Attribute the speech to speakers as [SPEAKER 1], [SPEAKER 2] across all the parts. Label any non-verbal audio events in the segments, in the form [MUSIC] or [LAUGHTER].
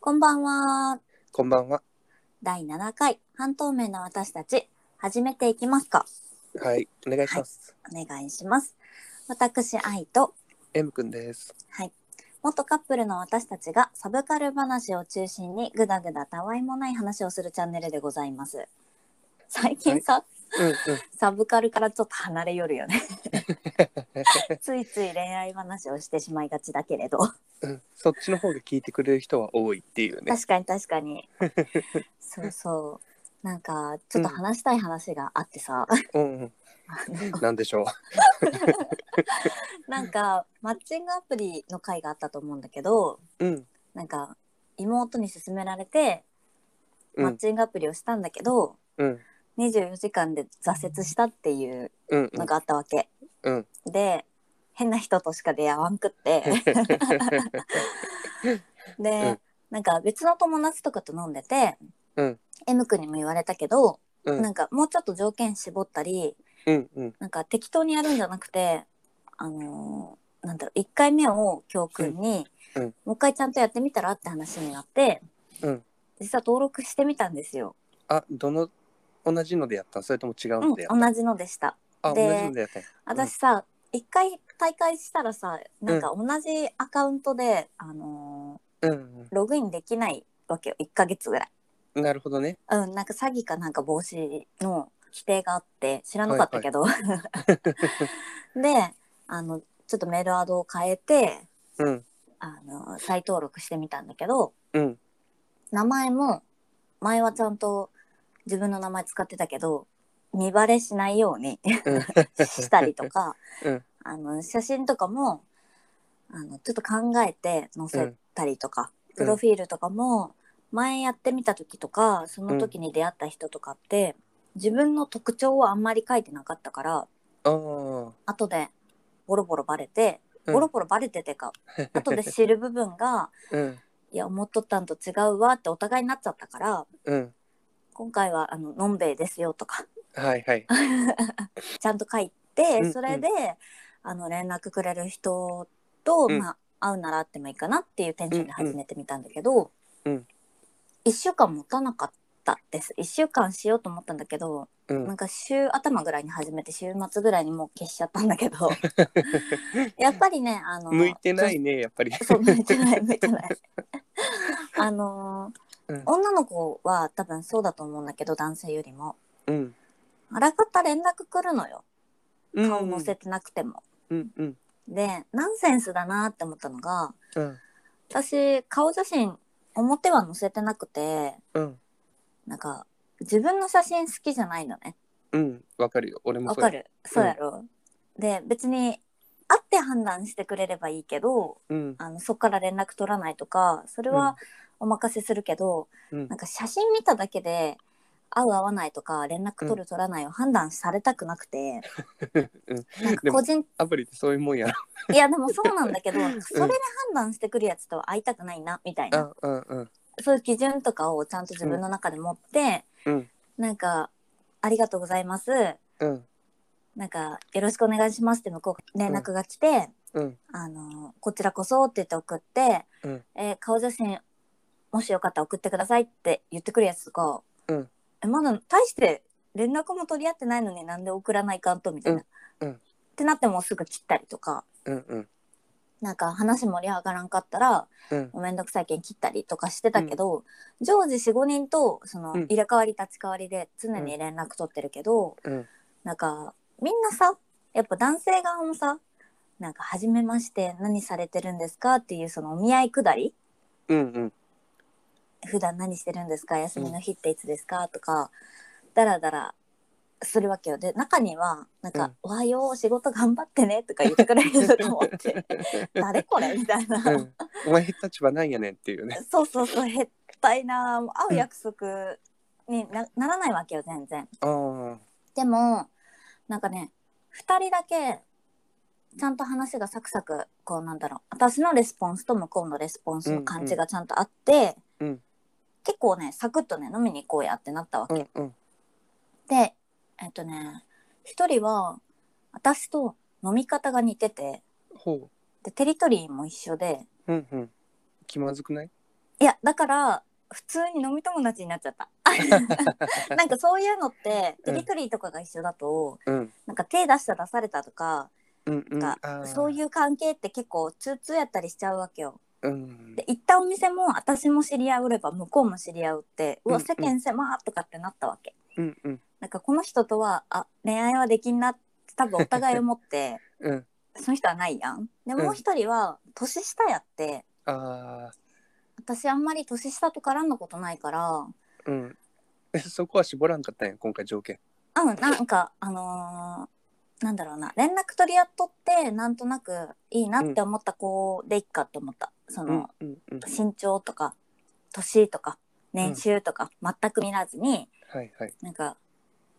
[SPEAKER 1] こんばんは。
[SPEAKER 2] こんばんは。
[SPEAKER 1] 第7回、半透明な私たち、始めていきますか。
[SPEAKER 2] はい、お願いします。
[SPEAKER 1] お願いします。私、愛と、
[SPEAKER 2] M くんです。
[SPEAKER 1] はい。元カップルの私たちがサブカル話を中心にぐだぐだたわいもない話をするチャンネルでございます。最近さ、
[SPEAKER 2] うんうん。
[SPEAKER 1] サブカルからちょっと離れよるよね。ついつい恋愛話をしてしまいがちだけれど。
[SPEAKER 2] うん、そっちの方が聞いてくれる人は多いっていうね。
[SPEAKER 1] 確かに確かに。そうそう。なんか、ちょっと話したい話があってさ。
[SPEAKER 2] うん、
[SPEAKER 1] [LAUGHS]
[SPEAKER 2] うん。なんでしょう。
[SPEAKER 1] なんかマッチングアプリの回があったと思うんだけど
[SPEAKER 2] うん。
[SPEAKER 1] なんか妹に勧められて
[SPEAKER 2] う
[SPEAKER 1] マッ
[SPEAKER 2] ん。
[SPEAKER 1] チングアプリをしたんだけど、
[SPEAKER 2] うん。
[SPEAKER 1] 24時間で挫折したっていう
[SPEAKER 2] うん。
[SPEAKER 1] のがあったわけ、
[SPEAKER 2] うん。
[SPEAKER 1] で変な人としか出会わんくってで、
[SPEAKER 2] うん
[SPEAKER 1] なんか別の友達とかと飲んでて、
[SPEAKER 2] うん
[SPEAKER 1] M 君にも言われたけど、
[SPEAKER 2] うん。う。
[SPEAKER 1] なんんかもうちょっと条件絞ったり
[SPEAKER 2] うん。うん。
[SPEAKER 1] なんか適当にやるんじゃなくて、あのーなんだろう、1回目を教訓に、
[SPEAKER 2] うんうん
[SPEAKER 1] もう一回ちゃんとやってみたらって話になって、
[SPEAKER 2] うん
[SPEAKER 1] 実際登録してみたんですよ。
[SPEAKER 2] あ、どの。同じのでやったん、それとも違う
[SPEAKER 1] うん、
[SPEAKER 2] のでやった。
[SPEAKER 1] 同じのでした。
[SPEAKER 2] あ、
[SPEAKER 1] で
[SPEAKER 2] 同じのでやったんや。
[SPEAKER 1] 私さ、一回大会したらさ、なんか同じアカウントで、あの
[SPEAKER 2] うん。
[SPEAKER 1] ーログインできないわけよ、1ヶ月ぐらい。
[SPEAKER 2] うん。なるほどね。
[SPEAKER 1] うん、なんか詐欺かなんか防止の規定があって知らなかったけど、 [LAUGHS] であのちょっとメールアドを変えて
[SPEAKER 2] うん。
[SPEAKER 1] あの再登録してみたんだけど
[SPEAKER 2] うん。
[SPEAKER 1] 名前も前はちゃんと自分の名前使ってたけど見バレしないように
[SPEAKER 2] うん。
[SPEAKER 1] したりとか、
[SPEAKER 2] うん
[SPEAKER 1] あの写真とかもあのちょっと考えて載せたりとか、
[SPEAKER 2] うん
[SPEAKER 1] プロフィールとかも前やってみた時とかその時に出会った人とかって、自分の特徴をあんまり書いてなかったから
[SPEAKER 2] ああ。
[SPEAKER 1] 後でボロボロバレて
[SPEAKER 2] うん
[SPEAKER 1] ボロボロバレててか、後で知る部分が
[SPEAKER 2] うん。
[SPEAKER 1] いや思っとったんと違うわってお互いになっちゃったから
[SPEAKER 2] うん。
[SPEAKER 1] 今回はあののんべえですよとか
[SPEAKER 2] はいはい。
[SPEAKER 1] ちゃんと書い
[SPEAKER 2] うんう
[SPEAKER 1] て
[SPEAKER 2] ん
[SPEAKER 1] それで、あの連絡くれる人と、
[SPEAKER 2] うん
[SPEAKER 1] まあ、会うなら会ってもいいかなっていうテンションで始めてみたんだけど、
[SPEAKER 2] うんうん
[SPEAKER 1] 1週間持たなかったです1週間しようと思ったんだけど、
[SPEAKER 2] う
[SPEAKER 1] なん
[SPEAKER 2] ん。
[SPEAKER 1] か週頭ぐらいに始めて週末ぐらいにもう消しちゃったんだけ
[SPEAKER 2] [LAUGHS]
[SPEAKER 1] どやっぱりねあの
[SPEAKER 2] 向いてないね、やっぱり。
[SPEAKER 1] [LAUGHS] そう向いてない向いてない [LAUGHS] あのー
[SPEAKER 2] うん
[SPEAKER 1] 女の子は多分そうだと思うんだけど男性よりも
[SPEAKER 2] [LAUGHS] うん。
[SPEAKER 1] あらかた連絡来るのよ
[SPEAKER 2] うん
[SPEAKER 1] 顔載せ。てなくても、
[SPEAKER 2] うん。うん。
[SPEAKER 1] でナンセンスだなって思ったのが
[SPEAKER 2] うん。
[SPEAKER 1] 私顔写真表は載せてなくて
[SPEAKER 2] うん。
[SPEAKER 1] なんか自分の写真好きじゃないのね
[SPEAKER 2] うん。わかるよ。俺も
[SPEAKER 1] わ
[SPEAKER 2] そうや。
[SPEAKER 1] かるそうやろ、で別に会って判断してくれればいいけど
[SPEAKER 2] うん。
[SPEAKER 1] あのそこから連絡取らないとかそれはお任せするけど、
[SPEAKER 2] うん
[SPEAKER 1] なん。か写真見ただけで合う合わないとか連絡取る取らないを判断されたくなくて、
[SPEAKER 2] うん
[SPEAKER 1] なんか
[SPEAKER 2] でも
[SPEAKER 1] 個人
[SPEAKER 2] アプリってそういうもんやろ。
[SPEAKER 1] いやでもそうなん
[SPEAKER 2] [LAUGHS]
[SPEAKER 1] だけど、それで判断してくるやつとは会いたくないなみたいな、
[SPEAKER 2] うんうん
[SPEAKER 1] そういう基準とかをちゃんと自分の中で持って、
[SPEAKER 2] うん
[SPEAKER 1] なんか「ありがとうございます」
[SPEAKER 2] うん
[SPEAKER 1] なんか「よろしくお願いします」って向こう連絡が来て、
[SPEAKER 2] うん
[SPEAKER 1] あの「こちらこそ」って言って送って、
[SPEAKER 2] うん
[SPEAKER 1] えー顔写真もしよかったら送ってくださいって言ってくるやつとか、
[SPEAKER 2] うん
[SPEAKER 1] えまだ大して連絡も取り合ってないのになんで送らないかんとみたいな、
[SPEAKER 2] うんうん
[SPEAKER 1] ってなってもうすぐ切ったりとか
[SPEAKER 2] うんうん
[SPEAKER 1] なんか話盛り上がらんかったら
[SPEAKER 2] うん
[SPEAKER 1] もうめんどくさいけん切ったりとかしてたけど、常時45人とその
[SPEAKER 2] うん
[SPEAKER 1] 入れ替わり立ち替わりで常に連絡取ってるけど、
[SPEAKER 2] うん
[SPEAKER 1] なんかみんなさやっぱ男性側もさなんか「初めまして何されてるんですか?」っていうそのお見合いくだり
[SPEAKER 2] うんうん
[SPEAKER 1] 普段何してるんですか休みの日っていつですかとかだらだらするわけよで中にはなんか、
[SPEAKER 2] うん
[SPEAKER 1] おはよう仕事頑張ってね」とか言ってくれる人と思って
[SPEAKER 2] [LAUGHS]
[SPEAKER 1] 誰これみたいな、
[SPEAKER 2] うんお前立場ないやねんっていうね。
[SPEAKER 1] そうそう [LAUGHS] そう変態なもう会う約束にな,、ならないわけよ全然
[SPEAKER 2] ああ
[SPEAKER 1] でもなんかね2人だけちゃんと話がサクサクこうなんだろう私のレスポンスと向こうのレスポンスの感じがちゃんとあって、
[SPEAKER 2] うんうん
[SPEAKER 1] 結構ねサクッとね飲みに行こうやってなったわけ、
[SPEAKER 2] うんうん
[SPEAKER 1] でえっとね1人は私と飲み方が似てて
[SPEAKER 2] ほ
[SPEAKER 1] でテリトリーも一緒で
[SPEAKER 2] ううんうん気まずくない？
[SPEAKER 1] いやだから普通に飲み友達になっちゃった [LAUGHS] なんかそういうのって
[SPEAKER 2] う
[SPEAKER 1] テ
[SPEAKER 2] ん
[SPEAKER 1] リトリーとかが一緒だと、
[SPEAKER 2] うん
[SPEAKER 1] なんか手出した出されたとか
[SPEAKER 2] うんうん
[SPEAKER 1] なんか
[SPEAKER 2] あー
[SPEAKER 1] そういう関係って結構ツーツーやったりしちゃうわけよ
[SPEAKER 2] うん
[SPEAKER 1] で行ったお店も私も知り合うれば向こうも知り合うってう
[SPEAKER 2] う
[SPEAKER 1] わ
[SPEAKER 2] んうん
[SPEAKER 1] 世間狭ーとかってなったわけ、
[SPEAKER 2] うんうん
[SPEAKER 1] なんかこの人とはあ恋愛はできんなって多分お互い思って [LAUGHS]
[SPEAKER 2] うん
[SPEAKER 1] その人はないやんで
[SPEAKER 2] うん
[SPEAKER 1] もう一人は年下やって
[SPEAKER 2] あ
[SPEAKER 1] 私あんまり年下と絡んだことないから
[SPEAKER 2] ーうんえそこは絞らんかったんや今回条件
[SPEAKER 1] うん、なんか、あのーなんだろうな、連絡取り合っとって、なんとなくいいなって思った子でいっかって思った。そ
[SPEAKER 2] うん
[SPEAKER 1] の、
[SPEAKER 2] うんうん
[SPEAKER 1] 身長とか、年とか、年収とか、全く見らずに、
[SPEAKER 2] はいはい
[SPEAKER 1] なんか、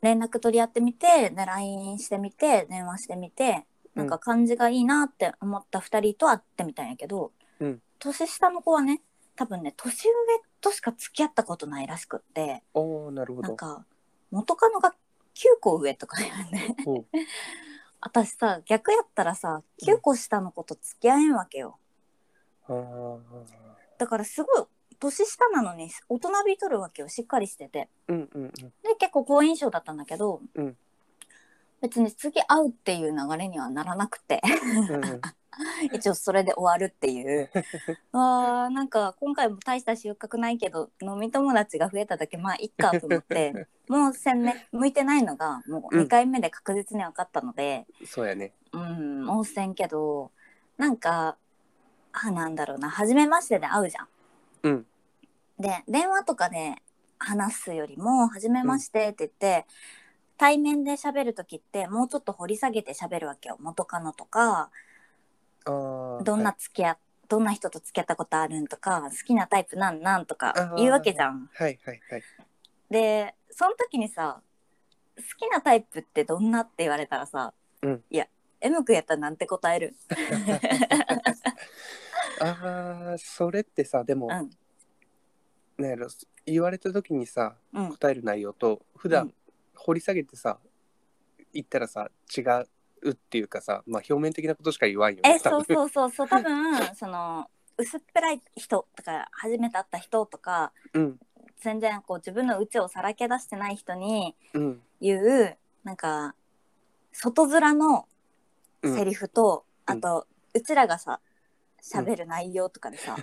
[SPEAKER 1] 連絡取り合ってみて、で、LINE してみて、電話してみて、なんか感じがいいなって思った二人と会ってみたんやけど、
[SPEAKER 2] うん
[SPEAKER 1] 年下の子はね、多分ね、年上としか付き合ったことないらしくって、
[SPEAKER 2] おおなるほ
[SPEAKER 1] なん
[SPEAKER 2] ど
[SPEAKER 1] か元カノが9個上とかやね [LAUGHS]
[SPEAKER 2] お
[SPEAKER 1] 私さ逆やったらさ9個下の子と付き合えんわけよ
[SPEAKER 2] あー
[SPEAKER 1] だからすごい年下なのに大人びとるわけよしっかりしてて
[SPEAKER 2] うんうん
[SPEAKER 1] で結構好印象だったんだけど、
[SPEAKER 2] うん
[SPEAKER 1] 別に次会うっていう流れにはならなく
[SPEAKER 2] [LAUGHS]
[SPEAKER 1] て
[SPEAKER 2] うんうんうん
[SPEAKER 1] 一応それで終わるって
[SPEAKER 2] [LAUGHS]
[SPEAKER 1] いうあーなんか今回も大した収穫ないけど飲み友達が増えただけまあいっかと思って。
[SPEAKER 2] [LAUGHS]
[SPEAKER 1] もう専念向いてないのがもう
[SPEAKER 2] うん
[SPEAKER 1] 2回目で確実に分かったので、
[SPEAKER 2] そうやね
[SPEAKER 1] うん、もうせんけどなんかあなんだろうな初めましてで会うじゃん。
[SPEAKER 2] うん
[SPEAKER 1] で電話とかで話すよりも「初めまして」って言って、対面で喋る時ってもうちょっと掘り下げて喋るわけよ元カノとか
[SPEAKER 2] あー
[SPEAKER 1] どんな付き合い、どんな人と付き合ったことあるんとか好きなタイプなんなんとか言うわけじゃん。
[SPEAKER 2] はいはいはい
[SPEAKER 1] でその時にさ「好きなタイプってどんな?」って言われたらさ「
[SPEAKER 2] うん
[SPEAKER 1] いや M 君やったらなんて答える?
[SPEAKER 2] あーそれってさでも、
[SPEAKER 1] う
[SPEAKER 2] なん
[SPEAKER 1] ん」
[SPEAKER 2] やろ言われた時にさ
[SPEAKER 1] うん
[SPEAKER 2] 答える内容と普
[SPEAKER 1] う
[SPEAKER 2] 段
[SPEAKER 1] ん
[SPEAKER 2] 掘り下げてさ、言ったらさ違うっていうかさまあ表面的なことしか言わんよね
[SPEAKER 1] えそう
[SPEAKER 2] う
[SPEAKER 1] そうそう
[SPEAKER 2] [LAUGHS]
[SPEAKER 1] そう多分その薄っぺらい人とか初めて会った人とか
[SPEAKER 2] うん
[SPEAKER 1] 全然こう自分の内をさらけ出してない人に
[SPEAKER 2] うん
[SPEAKER 1] 言うなんか外面の
[SPEAKER 2] うん
[SPEAKER 1] セリフと、
[SPEAKER 2] うん
[SPEAKER 1] あとうちらがさ喋る内容とかでさ、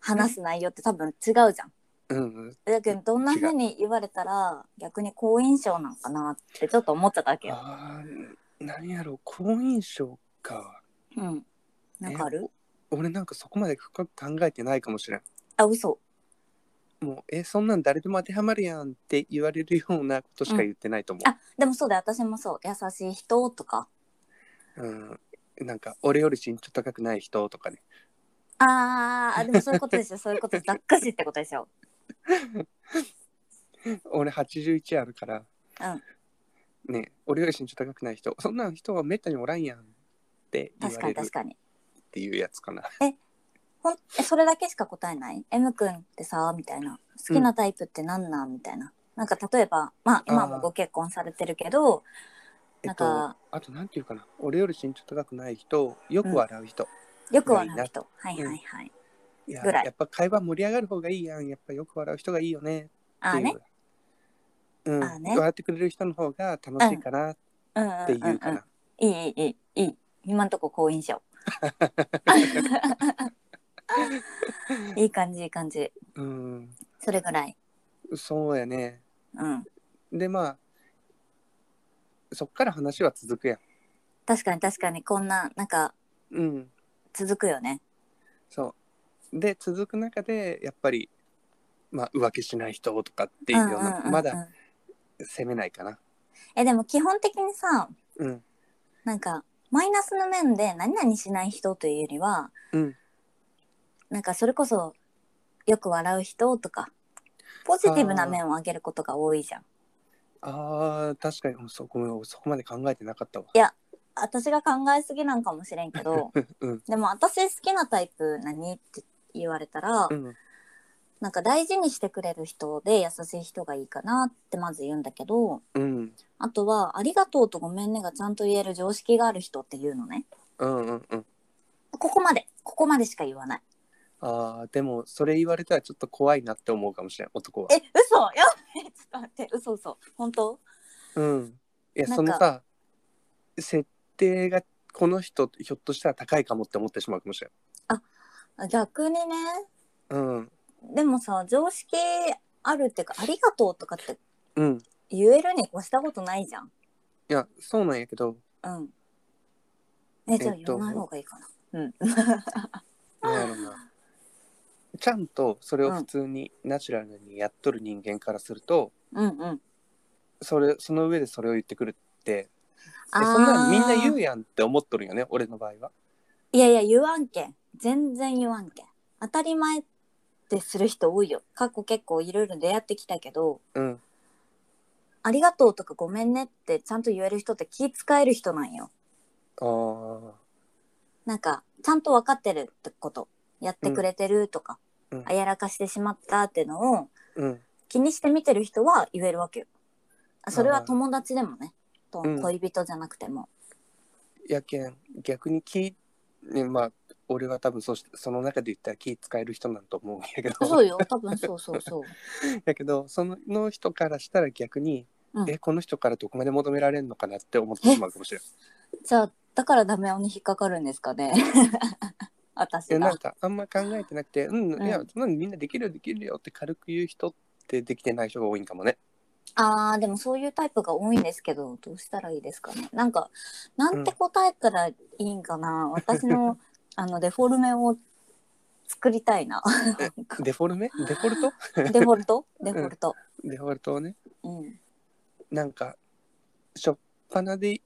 [SPEAKER 1] 話す内容って多分違うじゃん。
[SPEAKER 2] うん
[SPEAKER 1] だけどどんな風に言われたら逆に好印象なんかなってちょっと思っちゃったわけよ。
[SPEAKER 2] あー何やろ好印象か
[SPEAKER 1] うん、なんかある
[SPEAKER 2] 俺なんかそこまで深く考えてないかもしれん
[SPEAKER 1] あ嘘
[SPEAKER 2] もうえそんなん誰でも当てはまるやんって言われるようなことしか言ってないと思
[SPEAKER 1] あでもそうだよ私もそう優しい人とか
[SPEAKER 2] う、うんなんか俺より身長高くない人とかね
[SPEAKER 1] あーあでもそういうことでしょそういうこと
[SPEAKER 2] [LAUGHS]
[SPEAKER 1] ざっくしってことでしょ。
[SPEAKER 2] 俺81あるから、ね俺より身長高くない人そんな人はめったにおらんやんって言
[SPEAKER 1] 確
[SPEAKER 2] わ
[SPEAKER 1] かに
[SPEAKER 2] れ
[SPEAKER 1] 確
[SPEAKER 2] るっ
[SPEAKER 1] かに。
[SPEAKER 2] ていうやつかな
[SPEAKER 1] ほんえそれだけしか答えない「M 君ってさ」みたいな「好きなタイプって何なん?」みたいな。なんか例えばまあ今
[SPEAKER 2] あ
[SPEAKER 1] も
[SPEAKER 2] ー
[SPEAKER 1] ご結婚されてるけど
[SPEAKER 2] え
[SPEAKER 1] なん
[SPEAKER 2] っと
[SPEAKER 1] か
[SPEAKER 2] あとなんていうかな俺より身長高くない人よく笑う人、
[SPEAKER 1] よく笑う人はいはいはい。
[SPEAKER 2] いや
[SPEAKER 1] ぐらい
[SPEAKER 2] やっぱ会話盛り上がる方がいいやんやっぱよく笑う人がいいよねっ
[SPEAKER 1] あ
[SPEAKER 2] て
[SPEAKER 1] あ
[SPEAKER 2] いう
[SPEAKER 1] ね。
[SPEAKER 2] うん、
[SPEAKER 1] あーね
[SPEAKER 2] 笑ってくれる人の方が楽しいかなっ
[SPEAKER 1] うんうん
[SPEAKER 2] ていう
[SPEAKER 1] うん
[SPEAKER 2] か
[SPEAKER 1] う
[SPEAKER 2] な、
[SPEAKER 1] ん。いいいいいいいい今んとこ好印
[SPEAKER 2] [LAUGHS]
[SPEAKER 1] 象いい感じいい感じ
[SPEAKER 2] うん、
[SPEAKER 1] それぐらい
[SPEAKER 2] そうやね。
[SPEAKER 1] うん
[SPEAKER 2] で、まあ、そっから話は続くやん。
[SPEAKER 1] 確かに確かにこんななんか
[SPEAKER 2] うん、
[SPEAKER 1] 続くよね
[SPEAKER 2] そう。で、続く中で、やっぱり、まあ、浮気しない人とかっていうような、
[SPEAKER 1] んんんん
[SPEAKER 2] まだ責めないかな。
[SPEAKER 1] えでも基本的にさ
[SPEAKER 2] うん、
[SPEAKER 1] なんかマイナスの面で何々しない人というよりは
[SPEAKER 2] うん、
[SPEAKER 1] なんかそれこそよく笑う人とかポジティブな面を上げることが多いじゃん
[SPEAKER 2] ああ、確かに、うんそうごめん、そこまで考えてなかったわ。
[SPEAKER 1] 私が考えすぎなんかもしれんけど
[SPEAKER 2] [LAUGHS] うん、
[SPEAKER 1] でも私好きなタイプ何って言われたら、
[SPEAKER 2] うん、
[SPEAKER 1] なんか大事にしてくれる人で優しい人がいいかなってまず言うんだけど
[SPEAKER 2] うん、
[SPEAKER 1] あとは「ありがとう」と「ごめんね」がちゃんと言える常識がある人っていうのね
[SPEAKER 2] うん、うん、うん。
[SPEAKER 1] ここまでここまでしか言わない
[SPEAKER 2] ああ、でも、それ言われたらちょっと怖いなって思うかもしれん、男は。
[SPEAKER 1] え、嘘やべえ、ちょっと待って、嘘嘘。本当
[SPEAKER 2] うん。いや、
[SPEAKER 1] なんか
[SPEAKER 2] そのさ、設定がこの人、ひょっとしたら高いかもって思ってしまうかもしれん。
[SPEAKER 1] あ逆にね、
[SPEAKER 2] うん。
[SPEAKER 1] でもさ、常識あるっていうか、ありがとうとかって
[SPEAKER 2] うん。
[SPEAKER 1] 言えるに越したことないじゃん。
[SPEAKER 2] いや、そうなんやけど、
[SPEAKER 1] うん。え、じゃあ
[SPEAKER 2] えっと
[SPEAKER 1] 言わない方がいいかな。うん。
[SPEAKER 2] なんやろな。 [LAUGHS] ちゃんとそれを普通にナチュラルにやっとる人間からすると、
[SPEAKER 1] うんうん。
[SPEAKER 2] それその上でそれを言ってくるってえ
[SPEAKER 1] ー
[SPEAKER 2] そんなんみんな言うやんって思っとるんよね俺の場合は。
[SPEAKER 1] いやいや言わんけん全然言わんけん当たり前ってする人多いよ過去結構いろいろ出会ってきたけど
[SPEAKER 2] うん、
[SPEAKER 1] 「ありがとう」とか「ごめんね」ってちゃんと言える人って気使える人なんよ
[SPEAKER 2] あー
[SPEAKER 1] なんかちゃんと分かってるってことやってくれてるとか、
[SPEAKER 2] うん
[SPEAKER 1] あやらかしてしまったってのを
[SPEAKER 2] うん
[SPEAKER 1] 気にして見てる人は言えるわけよあそれは友達でもねと
[SPEAKER 2] うん
[SPEAKER 1] 恋人じゃなくて
[SPEAKER 2] [LAUGHS]
[SPEAKER 1] も、
[SPEAKER 2] やけん逆に気、ね、まあ俺は多分そしその中で言ったら気使える人なんと思うんやけど
[SPEAKER 1] そうよ多分そうそうそう
[SPEAKER 2] [LAUGHS] やけどそのの人からしたら逆に、
[SPEAKER 1] うん
[SPEAKER 2] えこの人からどこまで求められるのかなって思ってしまうかもしれん。
[SPEAKER 1] じゃあだからダメ男に引っかかるんですかね [LAUGHS] 私
[SPEAKER 2] いや
[SPEAKER 1] が
[SPEAKER 2] なんかあんま考えてなくて「うん、
[SPEAKER 1] うん
[SPEAKER 2] いやそんなのみんなできるよできるよ」って軽く言う人ってできてない人が多いんかもね。
[SPEAKER 1] あーでもそういうタイプが多いんですけどどうしたらいいですかねなんかなんて答えたらいいんかな、私
[SPEAKER 2] [LAUGHS]
[SPEAKER 1] のあのデフォルメを作りたいな
[SPEAKER 2] デフォルメデフォルト
[SPEAKER 1] デフォルトデフォルト、
[SPEAKER 2] デフォルトをね
[SPEAKER 1] うん、
[SPEAKER 2] なんかしょっぱなでい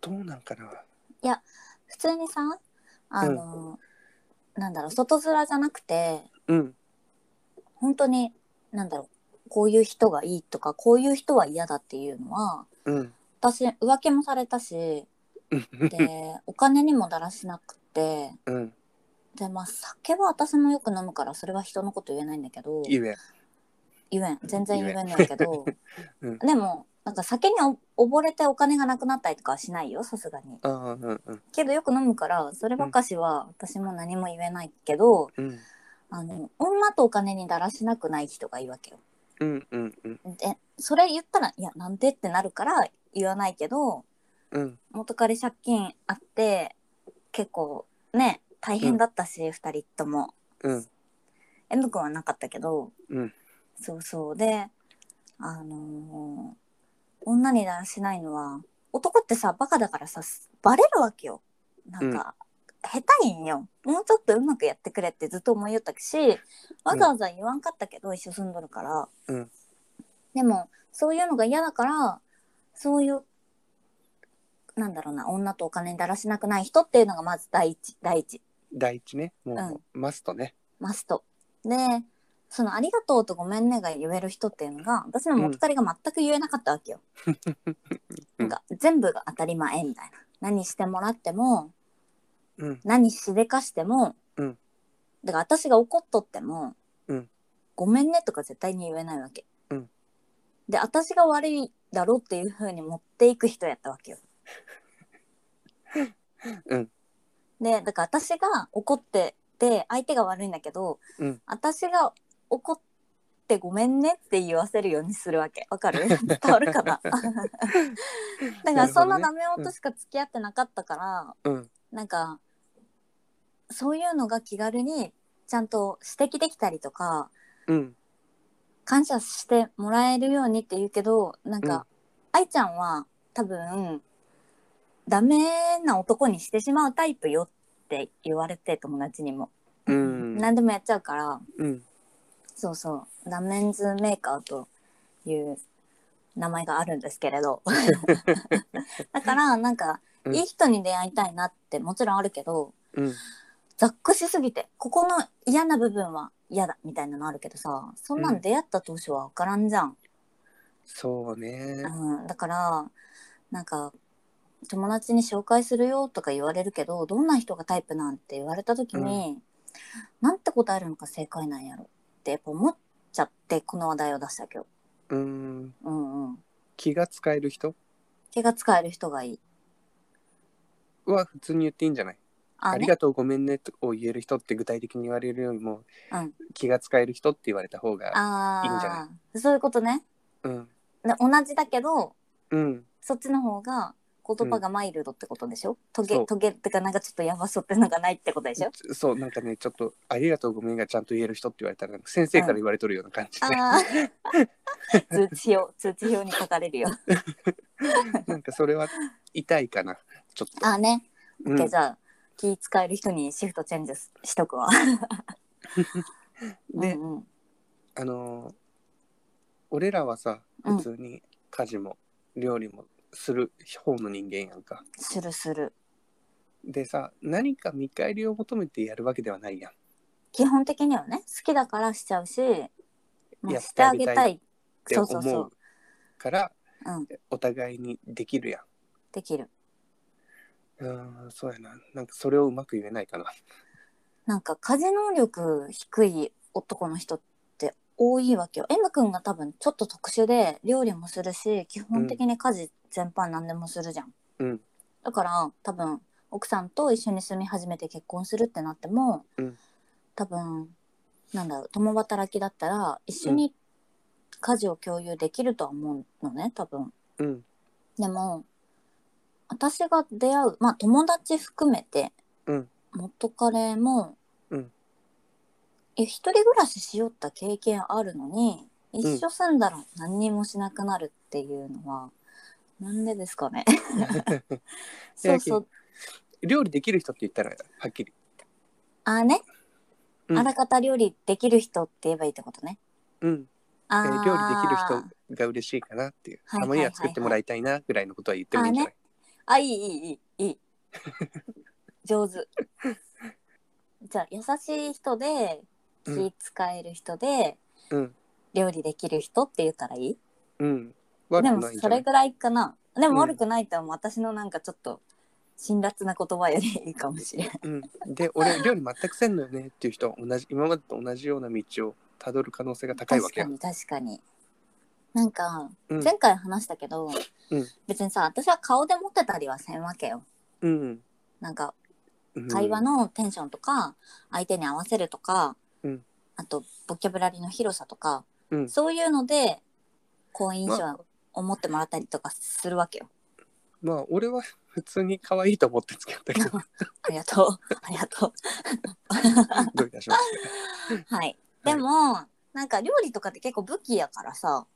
[SPEAKER 2] どうなんかな
[SPEAKER 1] 普通にさあの、なんだろう外面じゃなくて
[SPEAKER 2] うん
[SPEAKER 1] 本当になんだろうこういう人がいいとかこういう人は嫌だっていうのは
[SPEAKER 2] うん
[SPEAKER 1] 私浮気もされたしで [LAUGHS] お金にもだらしなくて
[SPEAKER 2] うん
[SPEAKER 1] でまあ酒は私もよく飲むからそれは人のこと言えないんだけど
[SPEAKER 2] ゆえ
[SPEAKER 1] 言えん全然言えんだけ [LAUGHS] ど、
[SPEAKER 2] うん
[SPEAKER 1] でもなんか酒にお溺れてお金がなくなったりとかはしないよさすがに
[SPEAKER 2] ああうんうん
[SPEAKER 1] けどよく飲むからそればかしは私も何も言えないけど、
[SPEAKER 2] うん
[SPEAKER 1] あの女とお金にだらしなくない人がいいわけよ
[SPEAKER 2] うんうんうん
[SPEAKER 1] でそれ言ったらいやなんでってなるから言わないけど
[SPEAKER 2] うん
[SPEAKER 1] 元彼借金あって結構ね大変だったし、二2人とも
[SPEAKER 2] うん
[SPEAKER 1] 遠藤君はなかったけど、
[SPEAKER 2] うん
[SPEAKER 1] そうそうであのー女にだらしないのは男ってさバカだからさバレるわけよなんか、下手いんよもうちょっとうまくやってくれってずっと思いよったしわざわざ言わんかったけど、一緒住んどるから、
[SPEAKER 2] うん
[SPEAKER 1] でもそういうのが嫌だからそういうなんだろうな女とお金にだらしなくない人っていうのがまず第一第一
[SPEAKER 2] 第一ねもう、マストね
[SPEAKER 1] マスト。で、そのありがとうとごめんねが言える人っていうのが、私の元彼が全く言えなかったわけよ。
[SPEAKER 2] うん
[SPEAKER 1] なんか全部が当たり前みたいな。何してもらっても、
[SPEAKER 2] うん
[SPEAKER 1] 何しでかしても、
[SPEAKER 2] うん
[SPEAKER 1] だから私が怒っとっても、
[SPEAKER 2] うん
[SPEAKER 1] ごめんねとか絶対に言えないわけ。
[SPEAKER 2] うん
[SPEAKER 1] で、私が悪いだろっていう風に持っていく人やったわけよ。
[SPEAKER 2] [LAUGHS] うん
[SPEAKER 1] で、だから私が怒ってて、相手が悪いんだけど、
[SPEAKER 2] うん
[SPEAKER 1] 私が怒ってごめんねって言わせるようにするわけ。わか
[SPEAKER 2] [LAUGHS]
[SPEAKER 1] る伝わるかな [LAUGHS] だからそんなダメ男としか付き合ってなかったから、
[SPEAKER 2] うん
[SPEAKER 1] なんかそういうのが気軽にちゃんと指摘できたりとか
[SPEAKER 2] うん
[SPEAKER 1] 感謝してもらえるようにって言うけどなんか、愛ちゃんは多分ダメな男にしてしまうタイプよって言われて友達にも、
[SPEAKER 2] うん
[SPEAKER 1] 何でもやっちゃうから
[SPEAKER 2] うん
[SPEAKER 1] そうそうダメンズメーカーという名前があるんですけれ
[SPEAKER 2] [LAUGHS]
[SPEAKER 1] どだからなんか、
[SPEAKER 2] うん
[SPEAKER 1] いい人に出会いたいなってもちろんあるけど、
[SPEAKER 2] うん
[SPEAKER 1] ざっくしすぎてここの嫌な部分は嫌だみたいなのあるけどさそんな
[SPEAKER 2] うん
[SPEAKER 1] ん出会った当初は分からんじゃん、
[SPEAKER 2] そうね
[SPEAKER 1] うんだからなんか友達に紹介するよとか言われるけどどんな人がタイプなんて言われた時に、なんて答えるのか正解なんやろってやっぱ思っちゃってこの話題を出したけど
[SPEAKER 2] うん
[SPEAKER 1] うんうん
[SPEAKER 2] 気が使える人
[SPEAKER 1] 気が使える人がいい
[SPEAKER 2] は普通に言っていいんじゃないあ
[SPEAKER 1] あ
[SPEAKER 2] り
[SPEAKER 1] ね
[SPEAKER 2] がとうごめんねとを言える人って具体的に言われるよりも、
[SPEAKER 1] うん
[SPEAKER 2] 気が使える人って言われた方が、
[SPEAKER 1] あ
[SPEAKER 2] いいんじゃな
[SPEAKER 1] あそういうことね
[SPEAKER 2] うん、
[SPEAKER 1] で同じだけど
[SPEAKER 2] うん、
[SPEAKER 1] そっちの方が言葉がマイルドってことでしょ、ト
[SPEAKER 2] そ
[SPEAKER 1] ゲ
[SPEAKER 2] う
[SPEAKER 1] トゲってかなんかちょっとやばそうってのがないってことでしょ
[SPEAKER 2] そう、なんかね、ちょっと、ありがとうごめんがちゃんと言える人って言われたら、なんか先生から言われとるような感じで、
[SPEAKER 1] ああ
[SPEAKER 2] [LAUGHS]
[SPEAKER 1] 通知表通知表に書かれるよ
[SPEAKER 2] なんかそれは痛いか
[SPEAKER 1] [LAUGHS]
[SPEAKER 2] な、ちょっと。
[SPEAKER 1] ああね
[SPEAKER 2] うん
[SPEAKER 1] じゃあ気使える人にシフトチェンジしとくわ。
[SPEAKER 2] で、
[SPEAKER 1] うんうん、
[SPEAKER 2] あのー俺らはさ
[SPEAKER 1] うん
[SPEAKER 2] 普通に家事も料理もする方の人間やんか、
[SPEAKER 1] するする。
[SPEAKER 2] でさ何か見返りを求めてやるわけではないやん
[SPEAKER 1] 基本的にはね好きだからしちゃうし、ま
[SPEAKER 2] や
[SPEAKER 1] あ、
[SPEAKER 2] っ
[SPEAKER 1] してて
[SPEAKER 2] あ
[SPEAKER 1] あ
[SPEAKER 2] げ
[SPEAKER 1] げ
[SPEAKER 2] たい
[SPEAKER 1] たい
[SPEAKER 2] って
[SPEAKER 1] そ
[SPEAKER 2] 思
[SPEAKER 1] うそうそう
[SPEAKER 2] うから
[SPEAKER 1] うん、
[SPEAKER 2] お互いにできるやん
[SPEAKER 1] できる。
[SPEAKER 2] うんそうやななんかそれをうまく言えないかな
[SPEAKER 1] なんか風能力低い男の人って多いわけよ。M 君が多分ちょっと特殊で料理もするし基本的に家事全般何でもするじゃん。
[SPEAKER 2] うん
[SPEAKER 1] だから多分奥さんと一緒に住み始めて結婚するってなっても、
[SPEAKER 2] うん
[SPEAKER 1] 多分なんだろう共働きだったら一緒に家事を共有できるとは思うのね多分。
[SPEAKER 2] うん
[SPEAKER 1] でも私が出会うまあ友達含めて、
[SPEAKER 2] うん
[SPEAKER 1] 元カレも、
[SPEAKER 2] うん
[SPEAKER 1] え一人暮らししよった経験あるのに一緒住んだら何にもしなくなるっていうのは、なんでですか
[SPEAKER 2] [LAUGHS]
[SPEAKER 1] ねそうそう
[SPEAKER 2] 料理できる人って言ったらはっきり
[SPEAKER 1] あーね、
[SPEAKER 2] うん
[SPEAKER 1] あらかた料理できる人って言えばいいってことね
[SPEAKER 2] うん、え
[SPEAKER 1] あ
[SPEAKER 2] ー
[SPEAKER 1] ー
[SPEAKER 2] 料理できる人が嬉しいかなっていう
[SPEAKER 1] はい
[SPEAKER 2] た
[SPEAKER 1] はい
[SPEAKER 2] ま
[SPEAKER 1] はいはい
[SPEAKER 2] には作ってもらいたいなぐらいのことは言ってもいいんじゃない、
[SPEAKER 1] あいいいいいいい
[SPEAKER 2] [LAUGHS]
[SPEAKER 1] い上手じゃあ優しい人で
[SPEAKER 2] うん
[SPEAKER 1] 気使える人で、
[SPEAKER 2] うん
[SPEAKER 1] 料理できる人って言ったらいい
[SPEAKER 2] うん
[SPEAKER 1] で
[SPEAKER 2] 悪く
[SPEAKER 1] も
[SPEAKER 2] ないんじ
[SPEAKER 1] そ
[SPEAKER 2] ゃな
[SPEAKER 1] れ
[SPEAKER 2] い
[SPEAKER 1] ぐらいかなで
[SPEAKER 2] うん
[SPEAKER 1] も悪くないって私のなんかちょっと辛辣な言葉よりいいかもしれ
[SPEAKER 2] [LAUGHS]
[SPEAKER 1] ない
[SPEAKER 2] うん、で俺料理全くせんのよねっていう人は同じ今までと同じような道をたどる可能性が高いわ
[SPEAKER 1] 確
[SPEAKER 2] け
[SPEAKER 1] か
[SPEAKER 2] よ。
[SPEAKER 1] に確かになんか
[SPEAKER 2] うん
[SPEAKER 1] 前回話したけど、
[SPEAKER 2] うん
[SPEAKER 1] 別にさ私は顔でモテたりはせんわけよ
[SPEAKER 2] うん
[SPEAKER 1] なんか
[SPEAKER 2] うん
[SPEAKER 1] 会話のテンションとか相手に合わせるとか、
[SPEAKER 2] うん
[SPEAKER 1] あとボキャブラリーの広さとか、
[SPEAKER 2] うん
[SPEAKER 1] そういうので好印象
[SPEAKER 2] ま
[SPEAKER 1] は思ってもらったりとかするわけよ。
[SPEAKER 2] まあ俺は普通に可愛いと思って付き合った
[SPEAKER 1] [LAUGHS]
[SPEAKER 2] けど
[SPEAKER 1] ありがとう
[SPEAKER 2] [LAUGHS]
[SPEAKER 1] ありがと
[SPEAKER 2] どういたしまして。
[SPEAKER 1] う。はい、でも、なんか料理とかって結構武器やからさ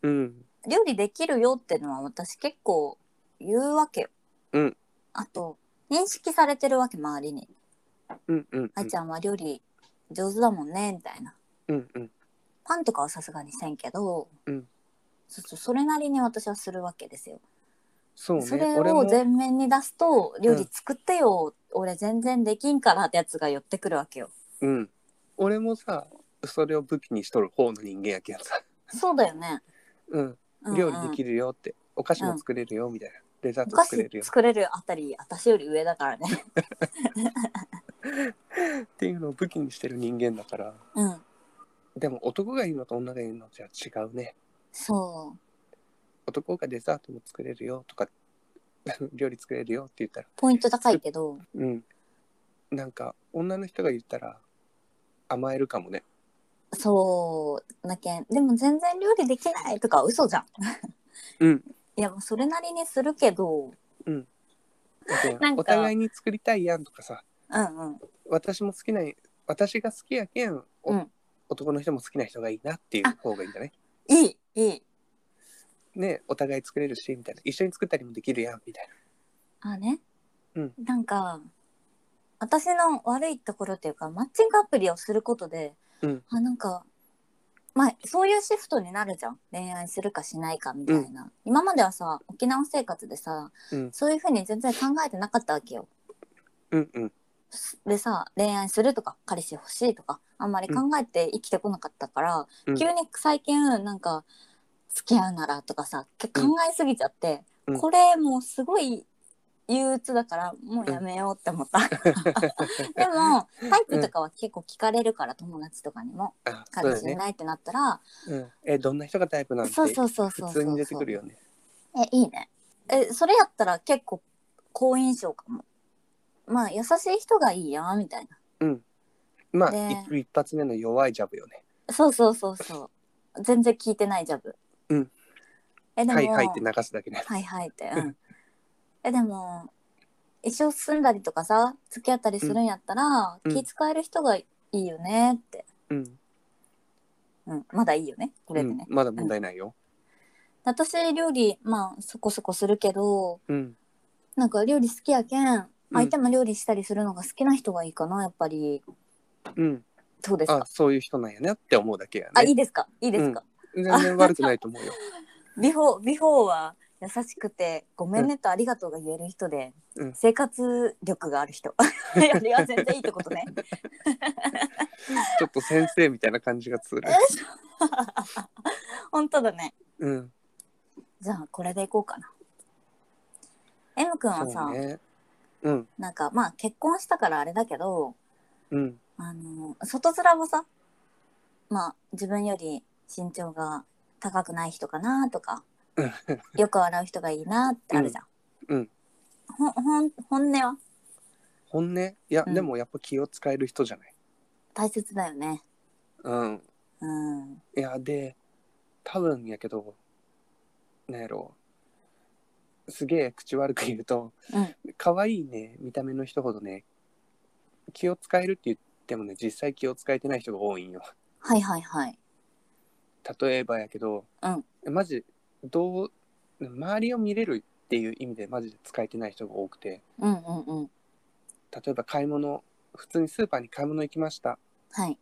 [SPEAKER 2] うん
[SPEAKER 1] 料理できるよってのは私結構言うわけよ。
[SPEAKER 2] うん
[SPEAKER 1] あと認識されてるわけ周りに
[SPEAKER 2] うんう
[SPEAKER 1] 「
[SPEAKER 2] ん
[SPEAKER 1] あいちゃんは料理上手だもんね」みたいな。
[SPEAKER 2] うんうん
[SPEAKER 1] パンとかはさすがにせんけど、
[SPEAKER 2] うん
[SPEAKER 1] そうそうそれなりに私はするわけですよ。
[SPEAKER 2] そう
[SPEAKER 1] そ
[SPEAKER 2] ね
[SPEAKER 1] れ
[SPEAKER 2] 俺も
[SPEAKER 1] を全面に出すと料理作ってよ、俺全然できんからってやつが寄ってくるわけよ。
[SPEAKER 2] うん俺もさそれを武器にしとる方の人間やけんさ。 [LAUGHS]
[SPEAKER 1] そうだよね。
[SPEAKER 2] うん
[SPEAKER 1] うんうん
[SPEAKER 2] 料理できるよってお菓子も作れるよみたいな、デザー
[SPEAKER 1] お
[SPEAKER 2] ト
[SPEAKER 1] 菓
[SPEAKER 2] 作れ
[SPEAKER 1] 子
[SPEAKER 2] るよ
[SPEAKER 1] 作れるあたり私より上だから
[SPEAKER 2] [LAUGHS]
[SPEAKER 1] ね。
[SPEAKER 2] っていうのを武器にしてる人間だから
[SPEAKER 1] うん。
[SPEAKER 2] でも男がいるのと女がいるのじゃ違うね。
[SPEAKER 1] そう。
[SPEAKER 2] 男がデザートも作れるよとか [LAUGHS] 料理作れるよって言ったら
[SPEAKER 1] ポイント高いけど
[SPEAKER 2] うんなんか女の人が言ったら甘えるかも
[SPEAKER 1] [LAUGHS]
[SPEAKER 2] ね
[SPEAKER 1] そうだけんでも全然料理できないとか嘘じゃん。
[SPEAKER 2] うん
[SPEAKER 1] [LAUGHS] いやもうそれなりにするけど
[SPEAKER 2] だけど
[SPEAKER 1] なんか
[SPEAKER 2] お互いに作りたいやんとかさ
[SPEAKER 1] うんうん
[SPEAKER 2] 私も好きな私が好きやけん、お
[SPEAKER 1] うん
[SPEAKER 2] 男の人も好きな人がいいなっていう方がいいんじゃない
[SPEAKER 1] いいいい。
[SPEAKER 2] ねお互い作れるしみたいな一緒に作ったりもできるやんみたい
[SPEAKER 1] あね、
[SPEAKER 2] うん
[SPEAKER 1] なんか私の悪いところっていうかマッチングアプリをすることで、
[SPEAKER 2] うん
[SPEAKER 1] あなんかまあそういうシフトになるじゃん恋愛するかしないかみたいな、今まではさ沖縄生活でさ、
[SPEAKER 2] うん
[SPEAKER 1] そういうふうに全然考えてなかったわけよ
[SPEAKER 2] なうんうん
[SPEAKER 1] でさ恋愛するとか彼氏欲しいとかあんまり考えて生きてこなかったから、
[SPEAKER 2] うん
[SPEAKER 1] 急に最近なんか付き合うならとかさけ
[SPEAKER 2] う
[SPEAKER 1] 考
[SPEAKER 2] ん
[SPEAKER 1] えすぎちゃって、
[SPEAKER 2] うん
[SPEAKER 1] これもうすごい憂鬱だからもうやめようって思った、 [LAUGHS] でもタイプとかは結構聞かれるから、友達とかにも
[SPEAKER 2] あそう
[SPEAKER 1] 彼
[SPEAKER 2] だ
[SPEAKER 1] 氏い
[SPEAKER 2] ね、
[SPEAKER 1] ないってなったら
[SPEAKER 2] うん、えどんな人がタイプなんて
[SPEAKER 1] そう,、そうそう
[SPEAKER 2] 普
[SPEAKER 1] そうそう
[SPEAKER 2] 通に出てくるよね
[SPEAKER 1] えいいねえそれやったら結構好印象かもまあ優しい人がいいやみたい
[SPEAKER 2] まあ、
[SPEAKER 1] ね
[SPEAKER 2] 一一発目の弱いジャブよね。
[SPEAKER 1] なそうそうそうそう全然聞いてないジャブ
[SPEAKER 2] うん
[SPEAKER 1] えでも
[SPEAKER 2] はいはいって流すだけね。
[SPEAKER 1] はいはいって、うんえでも一緒住んだりとかさ付き合ったりするんやったら、
[SPEAKER 2] うん
[SPEAKER 1] 気使える人がいいよねって、
[SPEAKER 2] うん。
[SPEAKER 1] うん、まだいいよねこれでね、
[SPEAKER 2] うんまだ問題ないよ。
[SPEAKER 1] 私料理まあそこそこするけど
[SPEAKER 2] うん。
[SPEAKER 1] なんか料理好きやけん相手も料理したりするのが好きな人がいいかなやっぱり
[SPEAKER 2] うん。
[SPEAKER 1] どうです
[SPEAKER 2] あ
[SPEAKER 1] か、
[SPEAKER 2] そういう人なんやねって思うだけや
[SPEAKER 1] あい
[SPEAKER 2] ね。
[SPEAKER 1] いですかいいですか、
[SPEAKER 2] 全然悪くないと思うよ。 [LAUGHS]
[SPEAKER 1] ビフォービフォーは優しくてごめんねとありがとうが言える人で、
[SPEAKER 2] うん
[SPEAKER 1] 生活力がある人 [LAUGHS] いやあれは全然いいってことね
[SPEAKER 2] ちょっと先生みたいな感じがする。
[SPEAKER 1] 本当だね
[SPEAKER 2] うん。
[SPEAKER 1] じゃあこれでいこうかな M 君は
[SPEAKER 2] そ
[SPEAKER 1] さ、
[SPEAKER 2] うね。うん。
[SPEAKER 1] なんかまあ結婚したからあれだけど
[SPEAKER 2] うん。
[SPEAKER 1] あの外面もさまあ自分より身長が高くない人かなとか
[SPEAKER 2] うん
[SPEAKER 1] よく笑う人がいいなってあるじゃん。
[SPEAKER 2] うんうん
[SPEAKER 1] ほほん本音は
[SPEAKER 2] 本音いや、
[SPEAKER 1] うん
[SPEAKER 2] でもやっぱ気を使える人じゃない。
[SPEAKER 1] 大切だよね。
[SPEAKER 2] うん。
[SPEAKER 1] うん。
[SPEAKER 2] いや、で、多分やけど、なんやろう。すげえ口悪く言うと、
[SPEAKER 1] うん
[SPEAKER 2] 可愛いね、見た目の人ほどね、気を使えるって言ってもね、実際気を使えてない人が多いんよ。
[SPEAKER 1] はいはいはい。
[SPEAKER 2] 例えばやけど、
[SPEAKER 1] うん
[SPEAKER 2] マジどう周りを見れるっていう意味でマジで使えてない人が多くて
[SPEAKER 1] うんうんうん。
[SPEAKER 2] 例えば買い物普通にスーパーに買い物行きました
[SPEAKER 1] はい。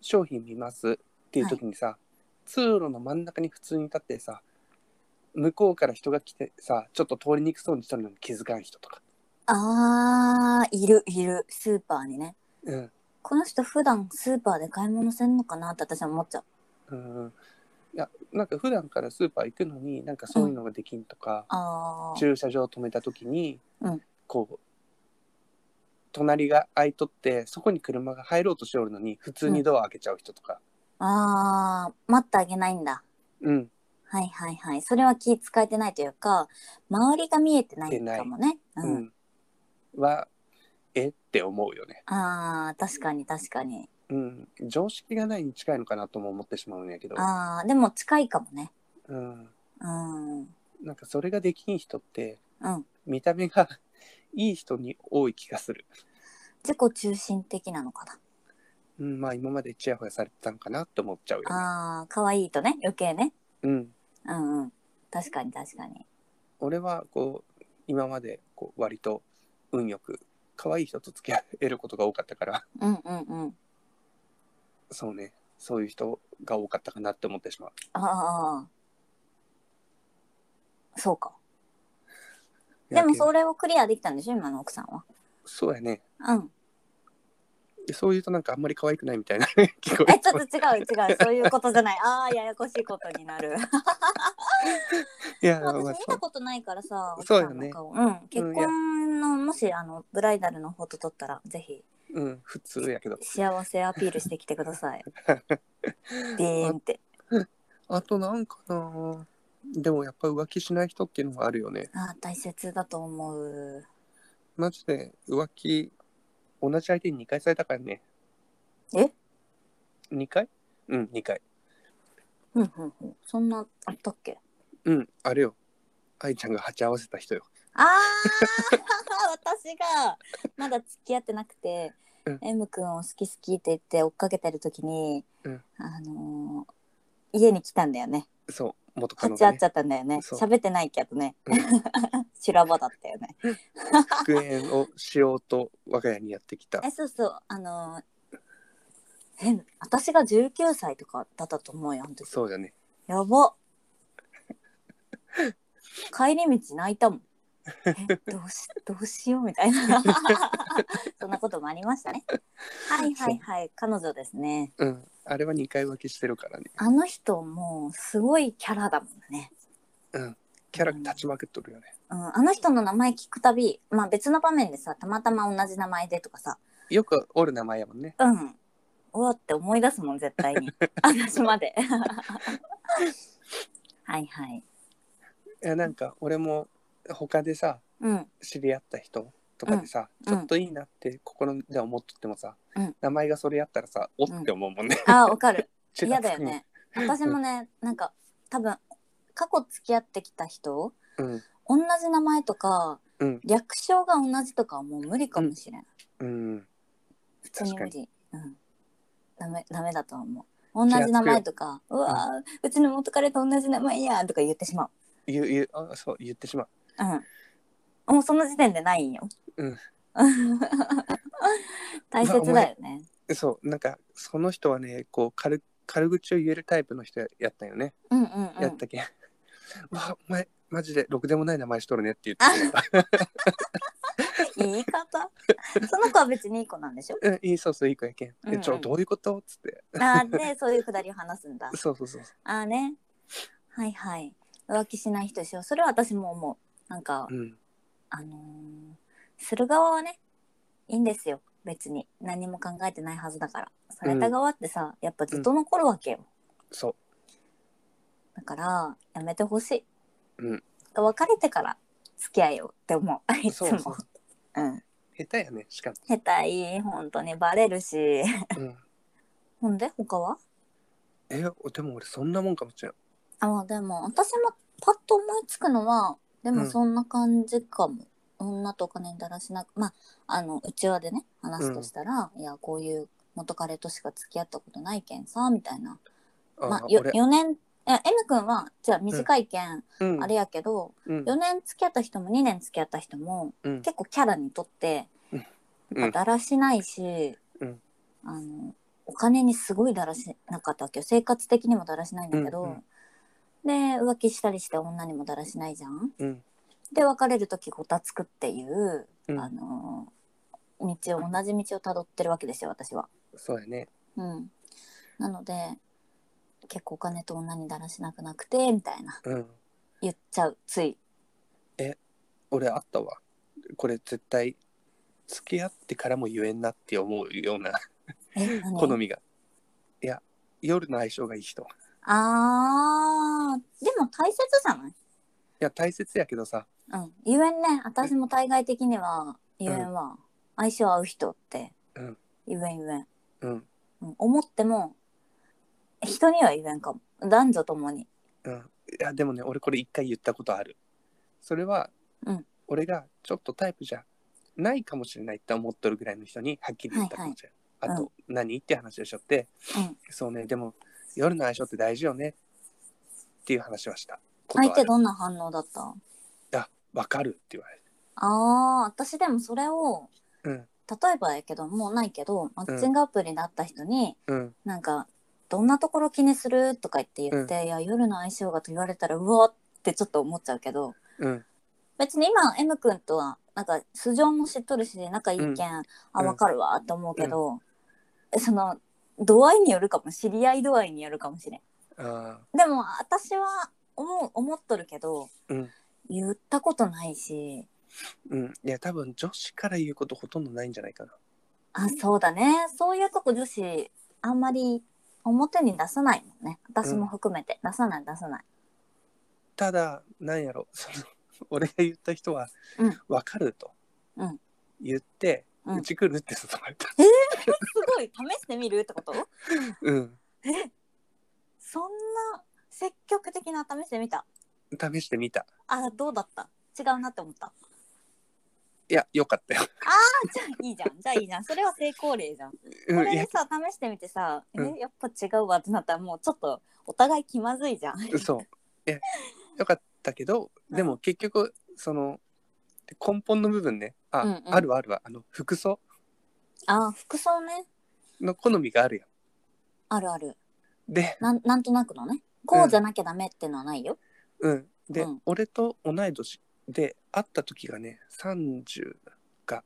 [SPEAKER 2] 商品見ますっていう時にさ、通路の真ん中に普通に立ってさ向こうから人が来てさちょっと通りにくそうにしたのに気づかん人とか、
[SPEAKER 1] あー、いるいる。スーパーにね。
[SPEAKER 2] うん
[SPEAKER 1] この人普段スーパーで買い物せんのかなって私は思っちゃう。
[SPEAKER 2] うん、いやなんか普段からスーパー行くのになんかそういうのができんとか、
[SPEAKER 1] あー。
[SPEAKER 2] 駐車場止めた時に、
[SPEAKER 1] うん
[SPEAKER 2] こう隣が空いとってそこに車が入ろうとしておるのに普通にドア開けちゃう人とか、
[SPEAKER 1] あー、待ってあげないんだ。
[SPEAKER 2] うん、
[SPEAKER 1] はいはいはい。それは気使えてないというか、周りが見えてないかもね。う。
[SPEAKER 2] うんんはえって思うよね、
[SPEAKER 1] ああ、確かに確かに。
[SPEAKER 2] うん、常識がないに近いのかなとも思ってしまうんやけど、
[SPEAKER 1] ああ、でも近いかもね。
[SPEAKER 2] うん、
[SPEAKER 1] うん。うん。
[SPEAKER 2] なんかそれができん人って見た目が [LAUGHS] いい人に多い気がする、
[SPEAKER 1] 自己中心的なのかな。
[SPEAKER 2] うん、まあ今までちやほやされてたんかなと思っちゃうよね、
[SPEAKER 1] ああ、可愛いとね、余計ね。
[SPEAKER 2] うん、
[SPEAKER 1] うんうん。確かに確かに。
[SPEAKER 2] 俺はこう今までこう割と運よく可愛い人と付き合えることが多かったから
[SPEAKER 1] うんうんうん。
[SPEAKER 2] そうねそういう人が多かったかなって思ってしまう
[SPEAKER 1] ああ。そうか。
[SPEAKER 2] いや
[SPEAKER 1] でも
[SPEAKER 2] けど
[SPEAKER 1] それをクリアできたんでしょ、今の奥さんは。
[SPEAKER 2] そうやね
[SPEAKER 1] うん。
[SPEAKER 2] そう言うとなんかあんまり可愛くないみたいな [LAUGHS] 聞こえ
[SPEAKER 1] え、ちょっと違う違う。そういうことじゃない。ああ、ややこしいことになる。
[SPEAKER 2] いや、まあ
[SPEAKER 1] 私見た
[SPEAKER 2] そ
[SPEAKER 1] ことないからさ、
[SPEAKER 2] そう
[SPEAKER 1] 奥さんの顔うん。
[SPEAKER 2] よね
[SPEAKER 1] 結婚の、もし、あの、ブライダルのフォト撮ったら、ぜひ、
[SPEAKER 2] ううん普通やけど
[SPEAKER 1] 幸せアピールしてきてくだ
[SPEAKER 2] [LAUGHS]
[SPEAKER 1] さい。ビーンって。
[SPEAKER 2] あとなんかなでもやっぱ浮気しない人っていうのがあるよね
[SPEAKER 1] ああ、大切だと思う。
[SPEAKER 2] マジで浮気同じ相手に2回されたからね
[SPEAKER 1] え
[SPEAKER 2] 2回うん2回
[SPEAKER 1] うんうんうん。そんな、あったっけ
[SPEAKER 2] うんあれよ愛ちゃんが鉢合わせた人よ
[SPEAKER 1] ああ [LAUGHS] 私が、まだ付き合ってなくて、
[SPEAKER 2] うん
[SPEAKER 1] M 君を好き好きって言って追っかけてる時に、
[SPEAKER 2] うん
[SPEAKER 1] あのー家に来たんだよね。
[SPEAKER 2] そう元カノ
[SPEAKER 1] 立ち会
[SPEAKER 2] が、
[SPEAKER 1] っ
[SPEAKER 2] ね
[SPEAKER 1] ち、ゃったんだよね。
[SPEAKER 2] そう
[SPEAKER 1] 喋ってないけどね。
[SPEAKER 2] うん
[SPEAKER 1] [LAUGHS] 修羅場だったよね。
[SPEAKER 2] 復縁をしようと我が家にやってきた
[SPEAKER 1] え、そうそう、あのーえ、私が19歳とかだったと思うよ、あの時。
[SPEAKER 2] そうだね
[SPEAKER 1] やば。帰り道泣いたもん。えどうし、どうしようみたいな。 [LAUGHS] そんなこともありましたね。はいはいはい、彼女ですね。
[SPEAKER 2] うんあれは2回浮気してるからね
[SPEAKER 1] あの人もうすごいキャラだもんね。
[SPEAKER 2] キャラ立ちまくっとるよね
[SPEAKER 1] うん、あの人の名前聞くたび、まあ別の場面でさ、たまたま同じ名前でとかさ、
[SPEAKER 2] よくおる名前やもんね
[SPEAKER 1] うん、うわって思い出すもん、絶対
[SPEAKER 2] [LAUGHS]
[SPEAKER 1] に。私まで。 [LAUGHS] はいはい。
[SPEAKER 2] いやなんか俺も他でさ
[SPEAKER 1] うん、
[SPEAKER 2] 知り合った人とかでさ、
[SPEAKER 1] うん
[SPEAKER 2] ちょっといいなって心では思っとってもさ、
[SPEAKER 1] うん
[SPEAKER 2] 名前がそれやったらさおって思うもんね、
[SPEAKER 1] あーわか
[SPEAKER 2] [LAUGHS]
[SPEAKER 1] る
[SPEAKER 2] 違う
[SPEAKER 1] [LAUGHS] 嫌だよね私もねなんか多分過去付き合ってきた人
[SPEAKER 2] うん
[SPEAKER 1] 同じ名前とか、
[SPEAKER 2] うん
[SPEAKER 1] 略称が同じとかはもう無理かもしれない、
[SPEAKER 2] うん
[SPEAKER 1] 普通に
[SPEAKER 2] 確か
[SPEAKER 1] 無
[SPEAKER 2] に
[SPEAKER 1] 理、うん、ダメダメだと思う同じ名前とかうわーうちの元彼と同じ名前やーとか言ってしまう
[SPEAKER 2] 言う言うあそう言ってしまう
[SPEAKER 1] うんもうその時点でないんよ、 [LAUGHS]
[SPEAKER 2] うん
[SPEAKER 1] 大切だよね
[SPEAKER 2] でそうなんかその人はねこう軽軽口を言えるタイプの人ややったよね、
[SPEAKER 1] うんうんうん
[SPEAKER 2] やったけんわお前マジでろくでもない名前しとるねって言ってた
[SPEAKER 1] [LAUGHS] 言い方その子は別にいい子なんでしょ
[SPEAKER 2] うんいいそうそういい子やけん、
[SPEAKER 1] うんう
[SPEAKER 2] え
[SPEAKER 1] ん
[SPEAKER 2] ちょどういうことっつって
[SPEAKER 1] あーでそういうくだりを話すんだ
[SPEAKER 2] そうそうそう
[SPEAKER 1] あーねはいはい浮気しない人でしょそれは私も思うなんか、
[SPEAKER 2] うん
[SPEAKER 1] あのーする側はねいいんですよ別に何も考えてないはずだからされた側ってさ、やっぱずっと残るわけよ、
[SPEAKER 2] そ
[SPEAKER 1] だからやめてほしい、
[SPEAKER 2] うん
[SPEAKER 1] 別れてから付き合いよって思う [LAUGHS]
[SPEAKER 2] う
[SPEAKER 1] いつ
[SPEAKER 2] そ
[SPEAKER 1] も
[SPEAKER 2] うそう
[SPEAKER 1] うん、
[SPEAKER 2] 下手やねしかも、
[SPEAKER 1] 下手い本当にバレるし [LAUGHS]
[SPEAKER 2] うん、
[SPEAKER 1] ほんで他は
[SPEAKER 2] えでも俺そんなもんかもしれん
[SPEAKER 1] あまあでも私もパッと思いつくのはでも
[SPEAKER 2] うん
[SPEAKER 1] そんな感じかも、女とお金だらしなくまああのうちわでね話すとしたら、いやこういう元彼としか付き合ったことないけんさみたいな
[SPEAKER 2] あ、
[SPEAKER 1] まあよ
[SPEAKER 2] 俺、
[SPEAKER 1] 4年え M 君はじゃあ短いけん、
[SPEAKER 2] うん、
[SPEAKER 1] あれやけど、
[SPEAKER 2] うん
[SPEAKER 1] 4年付き合った人も2年付き合った人も、
[SPEAKER 2] うん
[SPEAKER 1] 結構キャラにとって、
[SPEAKER 2] うん
[SPEAKER 1] まあだらしないし、
[SPEAKER 2] うん
[SPEAKER 1] あのお金にすごいだらしなかったわけよ生活的にもだらしないんだけど、
[SPEAKER 2] うん
[SPEAKER 1] で浮気したりして女にもだらしないじゃん。
[SPEAKER 2] うん
[SPEAKER 1] で別れる時ごたつくっていう、
[SPEAKER 2] うん
[SPEAKER 1] あの道を同じ道をたどってるわけですよ私は。
[SPEAKER 2] そうやね
[SPEAKER 1] うん、なので結構お金と女にだらしなくなくてみたいな
[SPEAKER 2] うん
[SPEAKER 1] 言っちゃうつい。
[SPEAKER 2] 俺あったわこれ絶対付き合ってからも言えんなって思うような
[SPEAKER 1] え何
[SPEAKER 2] 好みが、いや夜の相性がいい人い
[SPEAKER 1] あーでも大切じゃない
[SPEAKER 2] や大切やけどさ
[SPEAKER 1] うん言えんね私も対外的には言えんわ、相性合う人って
[SPEAKER 2] うん
[SPEAKER 1] 言えん言えん、
[SPEAKER 2] うん
[SPEAKER 1] うん、思っても人には言えんかも男女ともに
[SPEAKER 2] うんいやでもね俺これ一回言ったことあるそれは、
[SPEAKER 1] うん
[SPEAKER 2] 俺がちょっとタイプじゃないかもしれないって思っとるぐらいの人にはっきり言ったかもしれな
[SPEAKER 1] は
[SPEAKER 2] い、
[SPEAKER 1] いはい
[SPEAKER 2] あと、何って話をしちゃって、
[SPEAKER 1] うん
[SPEAKER 2] そうねでも夜の相性って大事よねっていう話はしたことあ
[SPEAKER 1] 相
[SPEAKER 2] る
[SPEAKER 1] 手どんな反応だった
[SPEAKER 2] あ分かるって言われる
[SPEAKER 1] あー私でもそれを
[SPEAKER 2] うん
[SPEAKER 1] 例えばやけどもうないけどマッチングアプリで会った人に、
[SPEAKER 2] うん
[SPEAKER 1] なんか「どんなところ気にする?」とか言って言って「いや夜の相性が」と言われたらうわってちょっと思っちゃうけど、
[SPEAKER 2] うん
[SPEAKER 1] 別に今 M 君とはなんか素性も知っとるし仲いいけん、
[SPEAKER 2] うん
[SPEAKER 1] あ
[SPEAKER 2] うん
[SPEAKER 1] 分かるわって思うけど、その度合いによるかも知り合い度合いによるかもしれん
[SPEAKER 2] あ
[SPEAKER 1] でも私は思う思っとるけど、
[SPEAKER 2] うん
[SPEAKER 1] 言ったことないし
[SPEAKER 2] ーうんいや多分女子から言うことほとんどないんじゃないかな
[SPEAKER 1] あそうだねそういうとこ女子あんまり表に出さないもんね私も含めて、出さない出さない
[SPEAKER 2] ただなんやろその俺が言った人は
[SPEAKER 1] うん
[SPEAKER 2] 「分かる」と
[SPEAKER 1] うん
[SPEAKER 2] 言って「
[SPEAKER 1] うん
[SPEAKER 2] うち来る?」って誘われた、
[SPEAKER 1] すごい試してみるってこと
[SPEAKER 2] うん、
[SPEAKER 1] そんな積極的な試してみた
[SPEAKER 2] 試してみた
[SPEAKER 1] あどうだった違うなって思った
[SPEAKER 2] いやよかったよ、
[SPEAKER 1] じゃあいいじゃんじゃあいいじゃんそれは成功例じゃんこれ
[SPEAKER 2] うん、い
[SPEAKER 1] で
[SPEAKER 2] や
[SPEAKER 1] さ試してみてさ、
[SPEAKER 2] うん
[SPEAKER 1] えやっぱ違うわってなったらもうちょっとお互い気まずいじゃん
[SPEAKER 2] そういやよかったけどでも結局その根本の部分ねあ、
[SPEAKER 1] うんうん
[SPEAKER 2] あるわあるわあの服装
[SPEAKER 1] あー服装ね
[SPEAKER 2] の好みがあるよ
[SPEAKER 1] あるある
[SPEAKER 2] で
[SPEAKER 1] なんなんとなくのねこうじゃなきゃダメってのはないよ、
[SPEAKER 2] うんで、
[SPEAKER 1] うん
[SPEAKER 2] 俺と同い年で会った時がね30か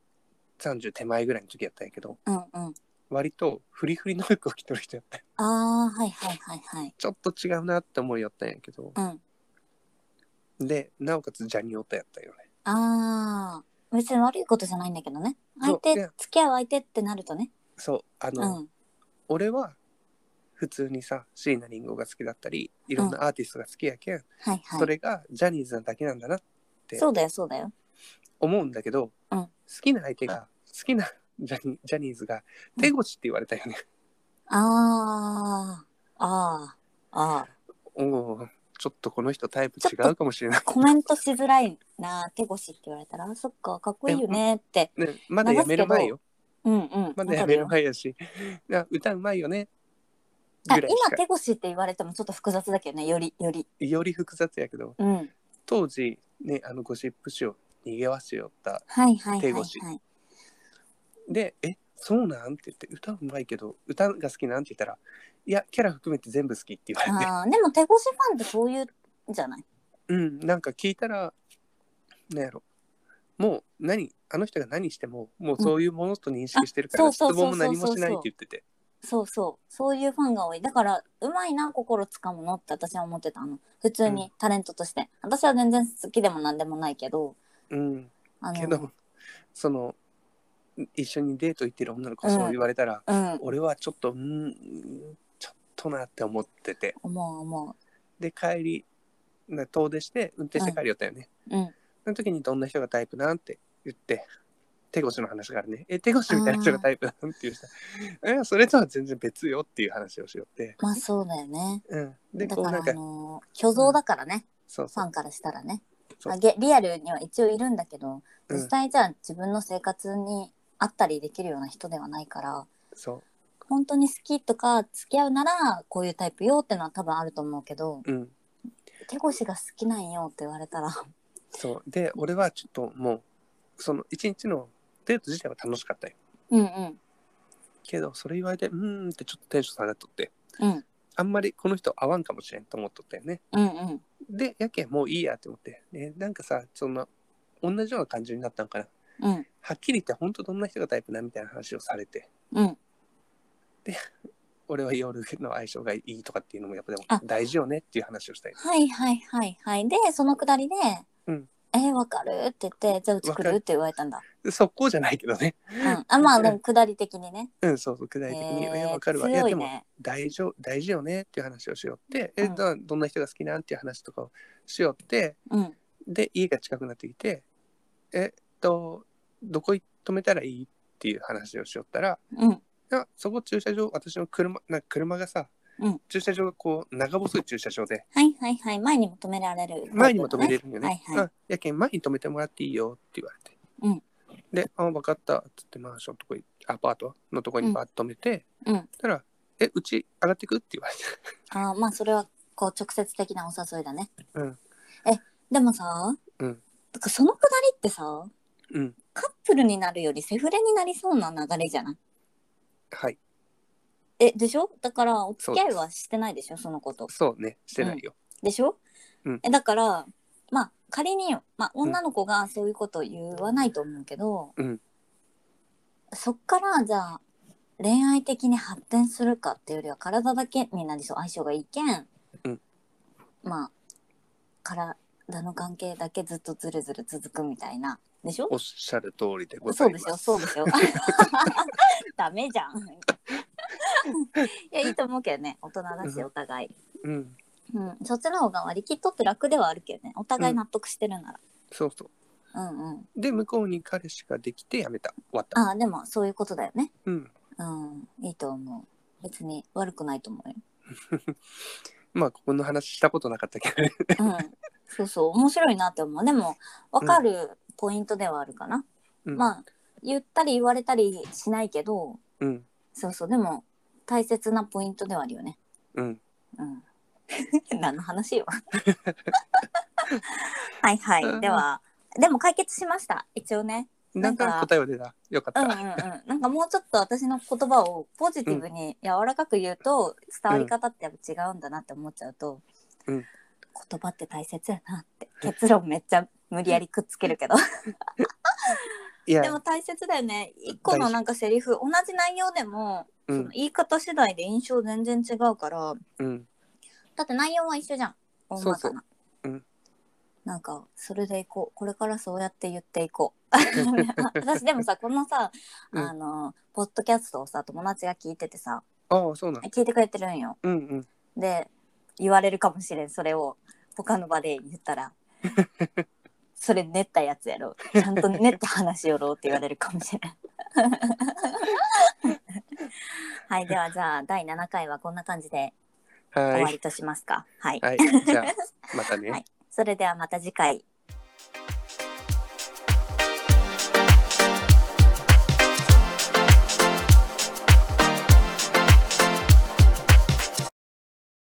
[SPEAKER 2] 30手前ぐらいの時やったんやけど
[SPEAKER 1] うん、うん
[SPEAKER 2] 割とフリフリの服を着てる人やったよ
[SPEAKER 1] ああはいはいはいはい
[SPEAKER 2] ちょっと違うなって思いよったんやけど
[SPEAKER 1] うん
[SPEAKER 2] でなおかつジャニオタやったよね
[SPEAKER 1] ああ別に悪いことじゃないんだけどね
[SPEAKER 2] そ
[SPEAKER 1] 相
[SPEAKER 2] う
[SPEAKER 1] 手
[SPEAKER 2] い
[SPEAKER 1] 付
[SPEAKER 2] や
[SPEAKER 1] き合う相手ってなるとね
[SPEAKER 2] そうあ
[SPEAKER 1] う
[SPEAKER 2] の、
[SPEAKER 1] ん
[SPEAKER 2] 俺は普通にさ椎名林檎が好きだったりいろんなアーティストが好きやけん、
[SPEAKER 1] はいはい
[SPEAKER 2] それがジャニーズなだけなんだなって
[SPEAKER 1] そうだよそうだよ
[SPEAKER 2] 思うんだけど
[SPEAKER 1] うん
[SPEAKER 2] 好きな相手が好きなジャニジャニーズが手越しって言われたよね、
[SPEAKER 1] ああ、ああ、あ
[SPEAKER 2] おおちょっとこの人タイプ違うかもしれない
[SPEAKER 1] あ、、コメントしづらいな、手越しって言われたら、あそっか、かっこいいよねって。
[SPEAKER 2] ね、まだやめる前よ
[SPEAKER 1] うんうん。
[SPEAKER 2] まだや
[SPEAKER 1] わか
[SPEAKER 2] め
[SPEAKER 1] よ
[SPEAKER 2] る前やしいや歌うまいよね
[SPEAKER 1] あ
[SPEAKER 2] ぐらいし
[SPEAKER 1] 今手
[SPEAKER 2] か
[SPEAKER 1] 越しって言われてもちょっと複雑だけどね、より、より。
[SPEAKER 2] より複雑やけど
[SPEAKER 1] うん。
[SPEAKER 2] 当時ねあのゴシップ誌を逃げわしよった
[SPEAKER 1] はいはいはい、
[SPEAKER 2] 手
[SPEAKER 1] は
[SPEAKER 2] 越し
[SPEAKER 1] い。
[SPEAKER 2] で「えそうなん?」って言って「歌うまいけど歌が好きなん?」って言ったら「いやキャラ含めて全部好き」って言われて
[SPEAKER 1] ああ、でも手越しファンってそういうんじゃない
[SPEAKER 2] うんなんか聞いたらなんやろもう何あの人が何してももうそういうものと認識してるか
[SPEAKER 1] う
[SPEAKER 2] ら
[SPEAKER 1] ん
[SPEAKER 2] 質
[SPEAKER 1] そうそう
[SPEAKER 2] 問も
[SPEAKER 1] そうそう
[SPEAKER 2] 何もしないって言ってて
[SPEAKER 1] そうそうそういうファンが多いだからうまいな心つかむのって私は思ってたの普通にタレントとして、私は全然好きでも何でもないけど
[SPEAKER 2] うん
[SPEAKER 1] あの
[SPEAKER 2] けど [LAUGHS] その一緒にデート行ってる女の子
[SPEAKER 1] うん
[SPEAKER 2] そう言われたら
[SPEAKER 1] うん
[SPEAKER 2] 俺はちょっとうんちょっとなって思ってて
[SPEAKER 1] 思う思
[SPEAKER 2] で帰りな遠出して運転して帰りよったよね
[SPEAKER 1] ううん
[SPEAKER 2] その時にどんな人がタイプなんって言って、手越しの話からね、え、手越しみたいな人がタイプなんって言う人、え、それとは全然別よっていう話をしよって、
[SPEAKER 1] まあそうだよね
[SPEAKER 2] うん。で、
[SPEAKER 1] だ
[SPEAKER 2] こ
[SPEAKER 1] か
[SPEAKER 2] うな
[SPEAKER 1] ら
[SPEAKER 2] ん
[SPEAKER 1] あ
[SPEAKER 2] か、
[SPEAKER 1] の虚像だからね、
[SPEAKER 2] そう
[SPEAKER 1] フ
[SPEAKER 2] そ
[SPEAKER 1] ァ
[SPEAKER 2] う
[SPEAKER 1] ン、からしたらね
[SPEAKER 2] そう
[SPEAKER 1] あげリアルには一応いるんだけど
[SPEAKER 2] う
[SPEAKER 1] 実
[SPEAKER 2] ん、
[SPEAKER 1] 際じゃあ自分の生活にあったりできるような人ではないから
[SPEAKER 2] そ
[SPEAKER 1] 本当に好きとか付き合うならこういうタイプよってのは多分あると思うけど
[SPEAKER 2] う、うん、
[SPEAKER 1] 手越が好きなんよって言われたら
[SPEAKER 2] そう。で、俺はちょっともう、その一日のデート自体は楽しかったよ。
[SPEAKER 1] うんうん
[SPEAKER 2] けど、それ言われて、うーんってちょっとテンション下がっとって、
[SPEAKER 1] うん
[SPEAKER 2] あんまりこの人合わんかもしれんと思っとったよね。
[SPEAKER 1] うんうん
[SPEAKER 2] で、やけんもういいやって思って、ね、なんかさ、そんな、同じような感じになったのかな。
[SPEAKER 1] うん
[SPEAKER 2] はっきり言って本当どんな人がタイプなみたいな話をされて
[SPEAKER 1] うん
[SPEAKER 2] 俺は夜の相性がいいとかっていうのもやっぱでも
[SPEAKER 1] あ
[SPEAKER 2] 大事よねっていう話をしたい
[SPEAKER 1] はいはいはいはいでそのくだりで「
[SPEAKER 2] うん
[SPEAKER 1] えー、わかる?」って言って「じゃあうち来
[SPEAKER 2] わか
[SPEAKER 1] る?」
[SPEAKER 2] る
[SPEAKER 1] って言われたんだ、
[SPEAKER 2] 速攻じゃないけどね
[SPEAKER 1] うん、あまあでもくだり的にね
[SPEAKER 2] うんそうそう具体的に「いやわかるわ」いや
[SPEAKER 1] 強
[SPEAKER 2] で
[SPEAKER 1] い
[SPEAKER 2] も
[SPEAKER 1] ね
[SPEAKER 2] 大丈夫大事よねっていう話をしよって、え
[SPEAKER 1] うん
[SPEAKER 2] だどんな人が好きなんっていう話とかをしよって
[SPEAKER 1] うん
[SPEAKER 2] で家が近くなってきてえっとどこに止めたらいいっていう話をしよったら
[SPEAKER 1] うん
[SPEAKER 2] いやそこ駐車場私の車なんか車がさ、
[SPEAKER 1] うん
[SPEAKER 2] 駐車場がこう長細い駐車場で
[SPEAKER 1] はいはいはい前にも止められる、
[SPEAKER 2] 前にも止めれるんよね。
[SPEAKER 1] はいはい
[SPEAKER 2] あやけん前に止めてもらっていいよって言われて。
[SPEAKER 1] うん
[SPEAKER 2] で、あ分かったっつってマンションのとこにアパートのとこにバーッと止めて、
[SPEAKER 1] うんうん
[SPEAKER 2] たら「えうち上がってく?」って言われて。 [LAUGHS]
[SPEAKER 1] あーまあそれはこう直接的なお誘いだね
[SPEAKER 2] うん
[SPEAKER 1] えでもさ、
[SPEAKER 2] うん、
[SPEAKER 1] だからそのくだりってさ
[SPEAKER 2] うん
[SPEAKER 1] カップルになるよりセフレになりそうな流れじゃない
[SPEAKER 2] はい
[SPEAKER 1] えでしょだからお付き合いはしてないでしょその子と
[SPEAKER 2] そうねしてないよ。
[SPEAKER 1] でしょ、
[SPEAKER 2] うん
[SPEAKER 1] えだからまあ仮によ、まあ、女の子がそういうこと言わないと思うけど、
[SPEAKER 2] うん
[SPEAKER 1] そっからじゃあ恋愛的に発展するかっていうよりは体だけになりそう相性がいいけん、
[SPEAKER 2] うん
[SPEAKER 1] まあ体の関係だけずっとずるずる続くみたいなでしょ
[SPEAKER 2] おっしゃる通りでご
[SPEAKER 1] そ
[SPEAKER 2] ざ
[SPEAKER 1] う
[SPEAKER 2] い
[SPEAKER 1] で
[SPEAKER 2] ます。
[SPEAKER 1] すよ、そうですよ。 [LAUGHS] ダメじゃん。 [LAUGHS] いや、いいと思うけどね、大人だし、お互い。
[SPEAKER 2] うん
[SPEAKER 1] うん、そっちの方が割り切っとって楽ではあるけどね、お互い納得してるなら。
[SPEAKER 2] そうそう。
[SPEAKER 1] うん、うん、
[SPEAKER 2] で向こうに彼氏ができてやめた終わった。
[SPEAKER 1] ああ、でも、そういうことだよね。
[SPEAKER 2] うん、
[SPEAKER 1] うん、いいと思う。別に悪くないと思うよ。
[SPEAKER 2] まあここの話したことなかったけ
[SPEAKER 1] [LAUGHS]
[SPEAKER 2] どね。 [LAUGHS]
[SPEAKER 1] うん、そうそう、面白いなって思う。でも、わかるポイントではあるかな。
[SPEAKER 2] うん、
[SPEAKER 1] まあ、言ったり言われたりしないけど、
[SPEAKER 2] うん
[SPEAKER 1] そうそう、でも、大切なポイントではあるよね。
[SPEAKER 2] うん
[SPEAKER 1] うん。 [LAUGHS] 何の話
[SPEAKER 2] [LAUGHS]
[SPEAKER 1] よ。はいは
[SPEAKER 2] うん
[SPEAKER 1] い。では、でも解決しました。一応ね。
[SPEAKER 2] なん
[SPEAKER 1] なん
[SPEAKER 2] か
[SPEAKER 1] か
[SPEAKER 2] 答えは出たよかっ
[SPEAKER 1] うんう
[SPEAKER 2] た。
[SPEAKER 1] んうん。なんかもうちょっと私の言葉をポジティブに柔らかく言うと、伝わり方ってやっぱ違うんだなって思っちゃうと、
[SPEAKER 2] うん
[SPEAKER 1] 言葉って大切やなって。結論めっちゃ無理やりくっつけるけど。
[SPEAKER 2] いや
[SPEAKER 1] でも大切だよね。一個のなんかセリフ、同じ内容でも、
[SPEAKER 2] う
[SPEAKER 1] そ
[SPEAKER 2] ん
[SPEAKER 1] の言い方次第で印象全然違うから、
[SPEAKER 2] うん
[SPEAKER 1] だって内容は一緒じゃん大まかな
[SPEAKER 2] そうそううん
[SPEAKER 1] なんかそれでいこうこれからそうやって言っていこ
[SPEAKER 2] [LAUGHS]
[SPEAKER 1] う私でもさこのさ、
[SPEAKER 2] うん
[SPEAKER 1] あのポッドキャストをさ友達が聞いててさ
[SPEAKER 2] ああそうなん。
[SPEAKER 1] 聞いてくれてるんよ
[SPEAKER 2] うんうん。 [LAUGHS]
[SPEAKER 1] で言われるかもしれんそれを他の場で言ったらそれ練ったやつやろちゃんと練った話やろうって言われるかもし
[SPEAKER 2] [LAUGHS]
[SPEAKER 1] れないはいではじゃあ第7回はこんな感じで終
[SPEAKER 2] は
[SPEAKER 1] わ
[SPEAKER 2] い
[SPEAKER 1] りとしますかはい、 [LAUGHS]
[SPEAKER 2] はいじゃあまたね
[SPEAKER 1] はいそれではまた次回